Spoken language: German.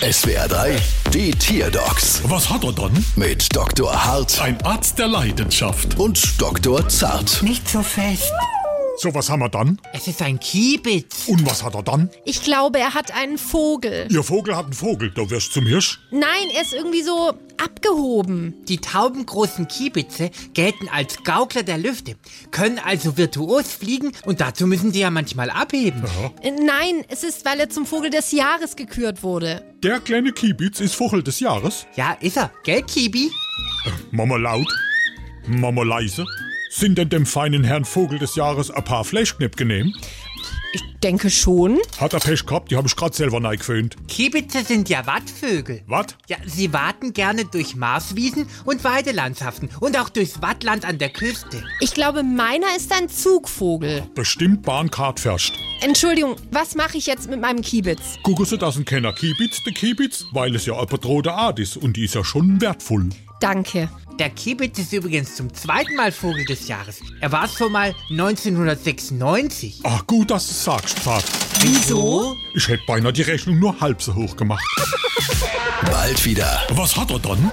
SWR 3, die Tierdocs Was hat er dann? mit Dr. Hart Ein Arzt der Leidenschaft. und Dr. Zart. Nicht so fest. So, was haben wir dann? Es ist ein Kiebitz. Und was hat er dann? Ich glaube, er hat einen Vogel. Ihr Vogel hat einen Vogel, da wirst zum Hirsch. Nein, er ist irgendwie so abgehoben. Die taubengroßen Kiebitze gelten als Gaukler der Lüfte, können also virtuos fliegen und dazu müssen sie ja manchmal abheben. Äh, Nein, es ist, weil er zum Vogel des Jahres gekürt wurde. Der kleine Kiebitz ist Vogel des Jahres. Ja, ist er, gell, Kibi? Mama laut, Mama leise. Sind denn dem feinen Herrn Vogel des Jahres ein paar Fleischknepp genehm? Ich denke schon. Hat er Pech gehabt, die hab ich grad selber neigeföhnt. Kiebitze sind ja Wattvögel. Wat? Ja, sie warten gerne durch Marswiesen und Weidelandschaften und auch durchs Wattland an der Küste. Ich glaube, meiner ist ein Zugvogel. Bestimmt Bahnkart ferscht. Entschuldigung, was mache ich jetzt mit meinem Kiebitz? Gucken Sie, dass ein Kenner Kiebitz, der Kiebitz, weil es ja eine bedrohte Art ist und die ist ja schon wertvoll. Danke. Der Kiebitz ist übrigens zum zweiten Mal Vogel des Jahres. Er war es schon mal 1996. Ach, gut, dass du sagst, Zart. Wieso? Ich hätte beinahe die Rechnung nur halb so hoch gemacht. Bald wieder. Was hat er dann?